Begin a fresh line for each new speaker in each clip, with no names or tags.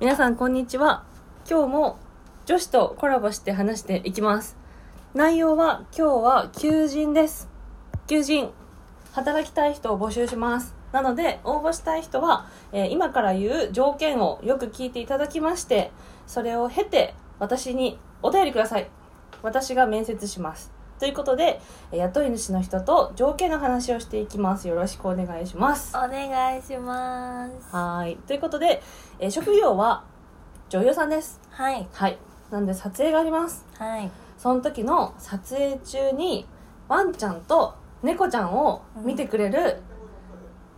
皆さんこんにちは今日も女子とコラボして話していきます内容は今日は求人です求人働きたい人を募集しますなので応募したい人は、えー今から言う条件をよく聞いていただきましてそれを経て私にお便りください私が面接しますということでえー雇い主の人と条件の話をしていきますよろしくお願いします
お願いします
はい。ということで、えー職業は女優さんです。
はい
はい。なんで撮影があります。
はい
その時の撮影中にワンちゃんと猫ちゃんを見てくれる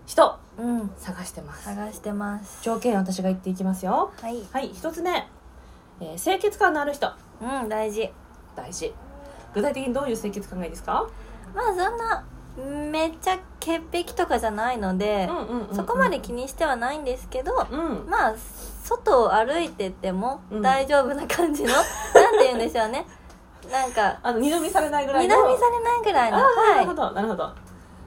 人
うん
探してます。
探してます
条件私が言っていきますよ。
はい
はい。一つ目、えー清潔感のある人。
うん大事
大事。具体的にどういう清潔感がいいですか
まあそんなめっちゃ潔癖とかじゃないので、
んうんうん
そこまで気にしてはないんですけど、
うん。
まあ外を歩いてても
うん
大丈夫な 感じの、なんて言うんでしょうねなんか
あの、二度見されないぐらい
二
の。
度見されないぐらいの
あーなるほ
はい
どなるほど、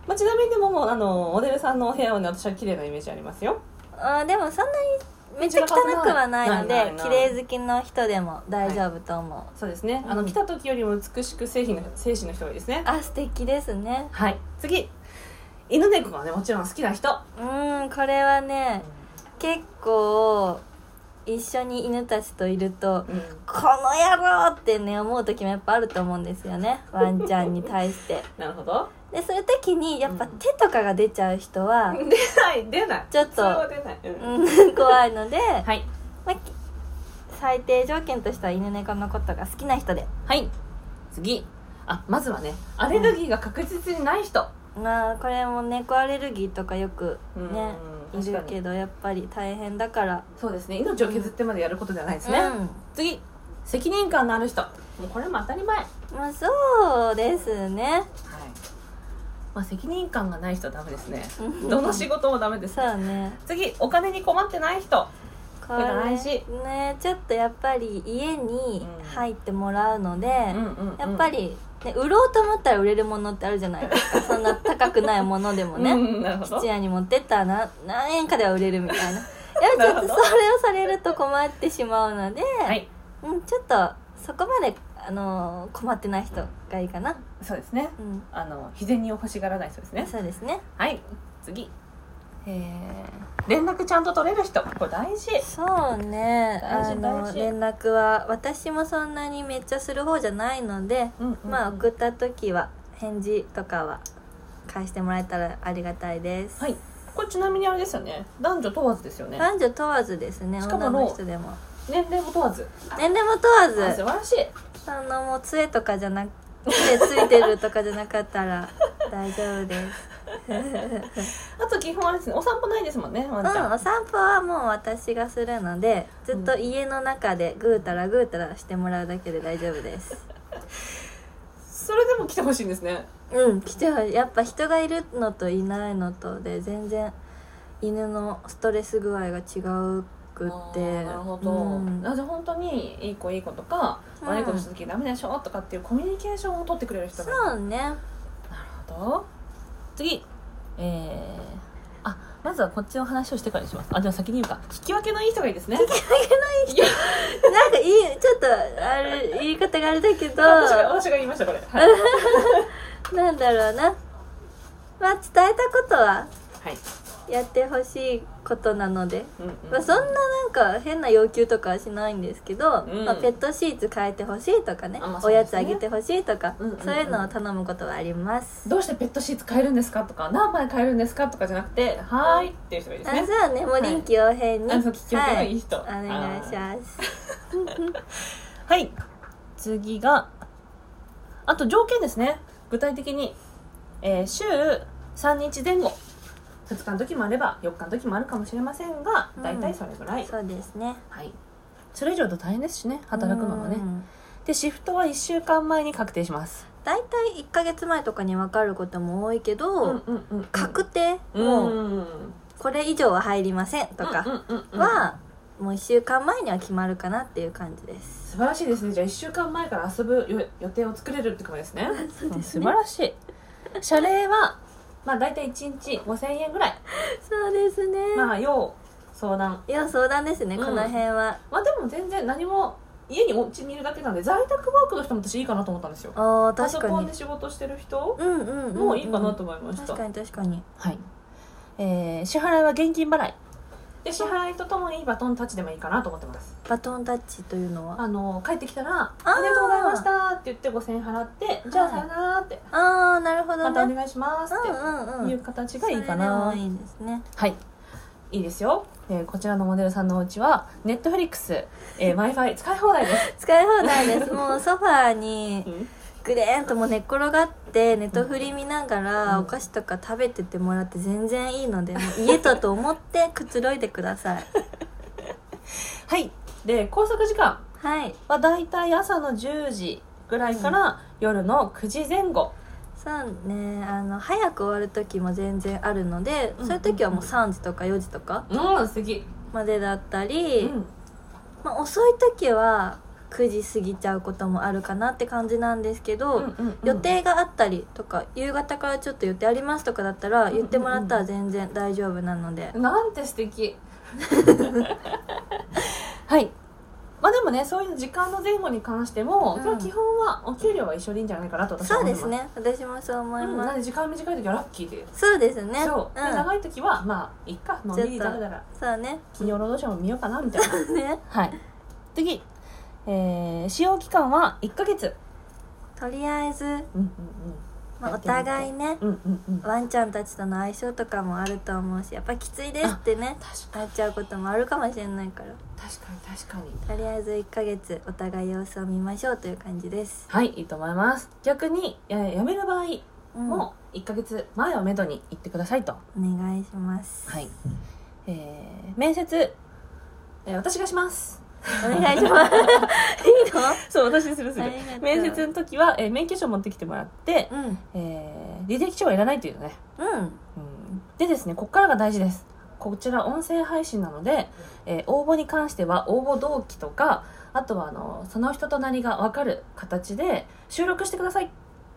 まあ、ちなみにでももうあのモデルさんのお部屋はね私は綺麗なイメージありますよ
あーでもそんなにめっちゃ汚くはないの
ないない
で
ない
綺麗好きの人でも大丈夫と思う、
そうですね、
うん
あの来た時よりも美しく精神の精神の人がいいですね
あ素敵ですね
はい次犬猫がねもちろん好きな人
うーんこれはね結構一緒に犬たちといると
うん
この野郎ってね思う時もやっぱあると思うんですよねワンちゃんに対して
なるほど
でそういう時にやっぱ
うん
手とかが出ちゃう人は、
出ない出ない
ちょっと
それは出ない、うん
うん、怖いので、
はい
まあき最低条件としては犬猫のことが好きな人で
はい次あまずはねアレルギーが確実にない人、
まあこれも猫アレルギーとかよくね
うん
いるけどやっぱり大変だから
そうですね命を削ってまでやることじゃないですね、
うん
次責任感のある人もうこれも当たり前
まあそうですね
はい。まあ責任感がない人はダメですね。
うん
どの仕事もダメです
そ。うね
次、お金に困ってない人。
こ
れ
れ
大事
ねちょっとやっぱり家に入ってもらうので、
うんうん
やっぱ。り、ね、売ろうと思ったら売れるものってあるじゃないです かそんな高くないものでもね、
うん、なるほ
質
ど。
屋に持ってったらな何円かでは売れるみたいない や
なるほ
ちょ
ど
っとそれをされると困ってしまうので、
はい。
うん、ちょっとそこまで、あのー困ってない人がいいかな、
そうですね。
うん、
あの、日銭を欲しがらない人ですね。
そうですね
はい。次。えー、連絡ちゃんと取れる人。これ大事。
そうね
大事
あの
大事
連絡は私もそんなにめっちゃする方じゃないので、
うんうんうん
まあ送った時は返事とかは返してもらえたらありがたいです、
はい。これちなみにあれですよね。男女問わずですよね。
男女問わずですね
しかも
女の人でも
年齢も問わず。
年齢も問
あ
わ
素晴
ず
らしい。
あのもう杖とかじゃなくてついてるとかじゃなかったら 大丈夫です
あと基本あれですね。お散歩ないですもんね、ワ
う
ン
ん
ちゃん。
お散歩はもう私がするのでずっと家の中でぐーたらぐーたらしてもらうだけで大丈夫です
それでも来てほしいんですね。
うん来てほしいやっぱ人がいるのといないのとで全然犬のストレス具合が違うくっ
あ
て
ーなるほど、
うん
あじゃあ本当にいい子いい子とか、
うん
悪いことした時ダメでしょとかっていうコミュニケーションを取ってくれる人
そ
なる
うね
ほど次えー、あまずはこっちの話をしてからにしますあじゃあ先に言うか聞き分けのいい人がいいですね聞き分けのいい人
なんかいいちょっとあれ言い方があれだ けど
私が私が言いましたこ れはい、はい
なんだろうなまあ伝えたことはやってほしいことなので、
うんうん
まあ、そんななんか変な要求とかはしないんですけど、
うん
まあ、ペットシーツ変えてほしいとかね,、
あまあそう
お
で
や
す
つ
ね
あげてほしいとか、
うんうんうん
そういうのを頼むことはあります
どうしてペットシーツ買えるんですかとか何枚買えるんですかとかじゃなくてはーいっていう人がいいです
あ
ね
そうね、もう臨機応変に。
あそう聞き分けのいい人
はいお願いします。
はい次があと条件ですね具体的に、えー週3日前後2日の時もあれば4日の時もあるかもしれませんが
うん
大体それぐらい、
そうですね。
はいそれ以上だと大変ですしね働くのはね
うん。
でシフトは1週間前に確定します
大体1ヶ月前とかに分かることも多いけど、
うんうん
確定、
うん
もう
うん
これ以上は入りませんとか
うんうんうん
は、もう1週間前には決まるかなっていう感じです。
素晴らしいですねじゃあ1週間前から遊ぶよ予定を作れるってことですね
そうです
素晴らしい謝礼はまあ大体1日5000円ぐらい
そうですね。
まあ要相談
要相談ですね、
うん
この辺は
まあでも全然何も家にお家にいるだけなんで在宅ワークの人も私いいかなと思ったんですよ
あー
パ
確
ソ
か
コン
に
で仕事してる人
うんうんうん、うん、
もいいかなと思いました、
確かに確かに
はいえー、支払いは現金払いで支払いとともにバトンタッチでもいいかなと思ってます
バトンタッチというのは
あの帰ってきたら「
あー
ありがとうございました」って言って5000円払って「じゃあ
はい
さよなら」って
ああなるほ
「ま
ど
たお
ね
願いします」
う
っ
んうんう
ていうん形がいいかな
それでもいいですね
はいいいですよ、えーこちらのモデルさんのお家はネットフリックス、 えー、m i f i 使い放題です、
使い放題ですもうソファーに
うん
ぐれーんともう寝っ転がってネトフリ見なが
う
ら
ん
お菓子とか食べててもらって全然いいのでもう家だと 思ってくつろいでください
はいで拘束時間
はい
はだいたい朝の10時ぐらいから夜の9時前後、
そうねあの早く終わる時も全然あるので
うん
そういう時はもう3時とか4時とか
うん素敵、
までだった
う
り、
ん、
まあ、遅い時は9時過ぎちゃうこともあるかなって感じなんですけど、
うんうんうん
予定があったりとか夕方からちょっと予定ありますとかだったら
うん
言ってもらったら全然大丈夫なので、
なんて素敵 はいまあでもねそういう時間の前後に関しても、
うん
これは基本はお給料は一緒でいいんじゃないかなと私は
そう
思い
で
ます
すね私もそう思
う
い
ん、
ま
なん
す、
で時間短い時はラッキーで、
そうですね
そう、で
ん、
長い時はまあいっかのんびりだらだら
そうね
金曜ロードショーも見ようかなみたい な
ね
はい次、えー使用期間は1ヶ月
とりあえず、
うんうん
まあ、
や
お
ってみて
互いね
うんうんうんうん
ワンちゃんたちとの相性とかもあると思うしやっぱきついですってね
確か
なっちゃうこともあるかもしれないから
確かに確かに
とりあえず1ヶ月お互い様子を見ましょうという感じです、
はいいいと思います逆に、えー辞める場合
うん、お
も1ヶ月前をめどに行ってくださいと
願いします
はい。えー、面接、えー私がします。
お願い しますいいの
そう、私にするす
あ
る
りがと。う
面接の時は、えー免許証持ってきてもらって、
うん
えー履歴書はいらないというね。
うん
うんでですね、ここからが大事です。こちら音声配信なので、えー応募に関しては応募動機とか、あとはあの、その人となりがわかる形で収録してください。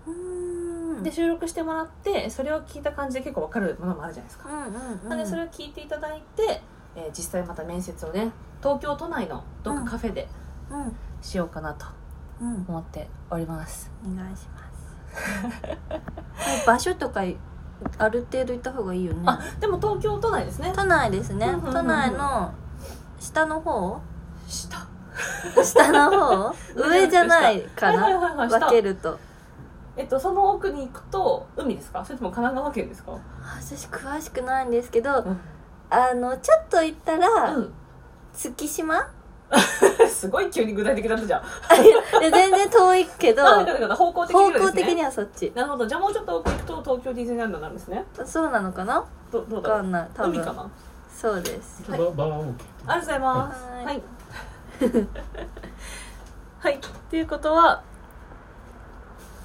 うーん
で、収録してもらって、それを聞いた感じで結構わかるものもあるじゃないですか。
うんうんうん
なのでそれを聞いていただいて、えー実際また面接をね東京都内のどっかカフェで
うん
しようかなと
うん
思っております、
お願いします場所とかある程度行った方がいいよね
あでも東京都内ですね
都内ですね
うんうんうんうん
都内の下の方
下
下の方 上じゃないか
はい
な
はいはいはい
分
下
けると
えっとその奥に行くと海ですかそれとも神奈川県ですか
私詳しくないんですけど
うん、
あのちょっと行ったら、月島
すごい急に具体的だったじゃん
いや全然遠いけど
あなんかなんか方向的に
方
はです、ね、
向的にはそっち
なるほどじゃあもうちょっと奥行くと東京ディズニーランドなんですね
そうなのかな
どどう
分
だろ
か
うん
ない多
海
分
かな
そうです
はい
ババラオーケ
ありがとうございます。
は
はいい。 はい。っていうことは、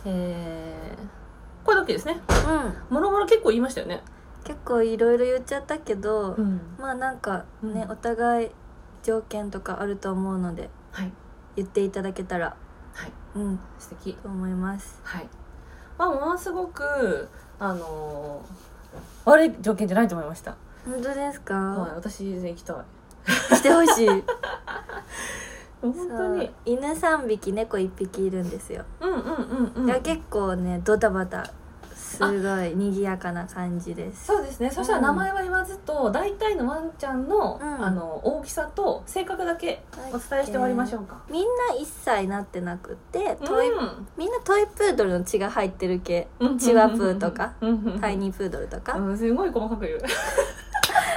えー、これだけですね。
うん
もろもろ結構言いましたよね。
結構いろいろ言っちゃったけど、
ん。
まあなんかね、
うん
お互い条件とかあると思うので
はい。
言っていただけたら
はい。
うん
素敵。
と思います
はい。まあ、ものすごく、あのー悪い条件じゃないと思いました。
本当ですか、
はい。私、全然行きたい。
してほしい
本当に
そう。犬3匹猫1匹いるんですよ、
うんうんうんうん
いや。結構ねドタバタすごい賑やかな感じです
そうですね。そしたら名前は言わずと、大体のワンちゃんの、
うん
あの、大きさと性格だけお伝えして終わりましょうか。
みんな1歳なってなくて
うん
トイ、みんなトイプードルの血が入ってる系チワプーとか、タイニープードルとか、
うん、すごい細かく言う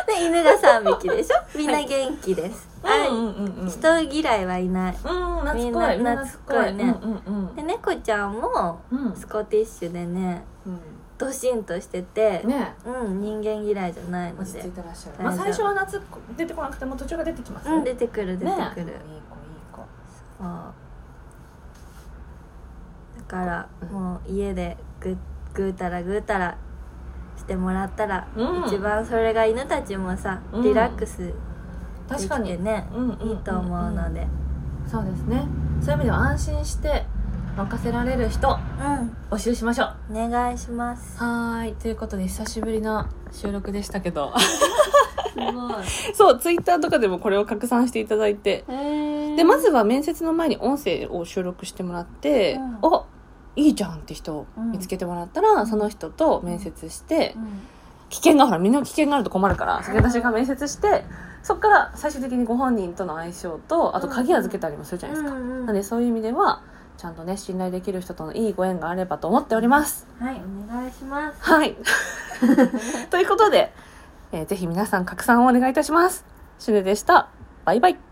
で犬が3匹でしょみんな元気です、はい
うんうんうんうん
人嫌いはいない
うん懐っこい
みんな
みんな懐っこい
懐っこいね
うんうん
で猫ちゃんも
うんうん
スコティッシュでね
う
ドシンとしてて、
んね
うん人間嫌いじゃない
落
の
ち着
で
いてらっしゃる
大丈夫
まあ最初は懐っこ出てこなくても途中が出てきます
うん
ね
出てくる出てくる、
いい子いい子
そうだからもう家でぐぐうたらぐうたらしてもらったら、
うん
一番それが犬たちもさ、
うん
リラックスで
確
き
かに
てね、
うんうん
いいと思うので
そうですねそういう意味では安心して任せられる人募集しましょう
うんお願いします
はーいということで久しぶりの収録でしたけど
ごい
そうツイッターとかでもこれを拡散していただいて
へー
でまずは面接の前に音声を収録してもらって、
うん
あいいじゃんって人を見つけてもらったら、その人と面接して、
うん
危険がほらみんな危険があると困るから先私が面接してそこから最終的にご本人との相性とあと鍵預けたりもするじゃないですか、
うんうん
なのでそういう意味ではちゃんとね信頼できる人とのいいご縁があればと思っております
はいお願いします
はいということで、えーぜひ皆さん拡散をお願いいたしますシュネでしたバイバイ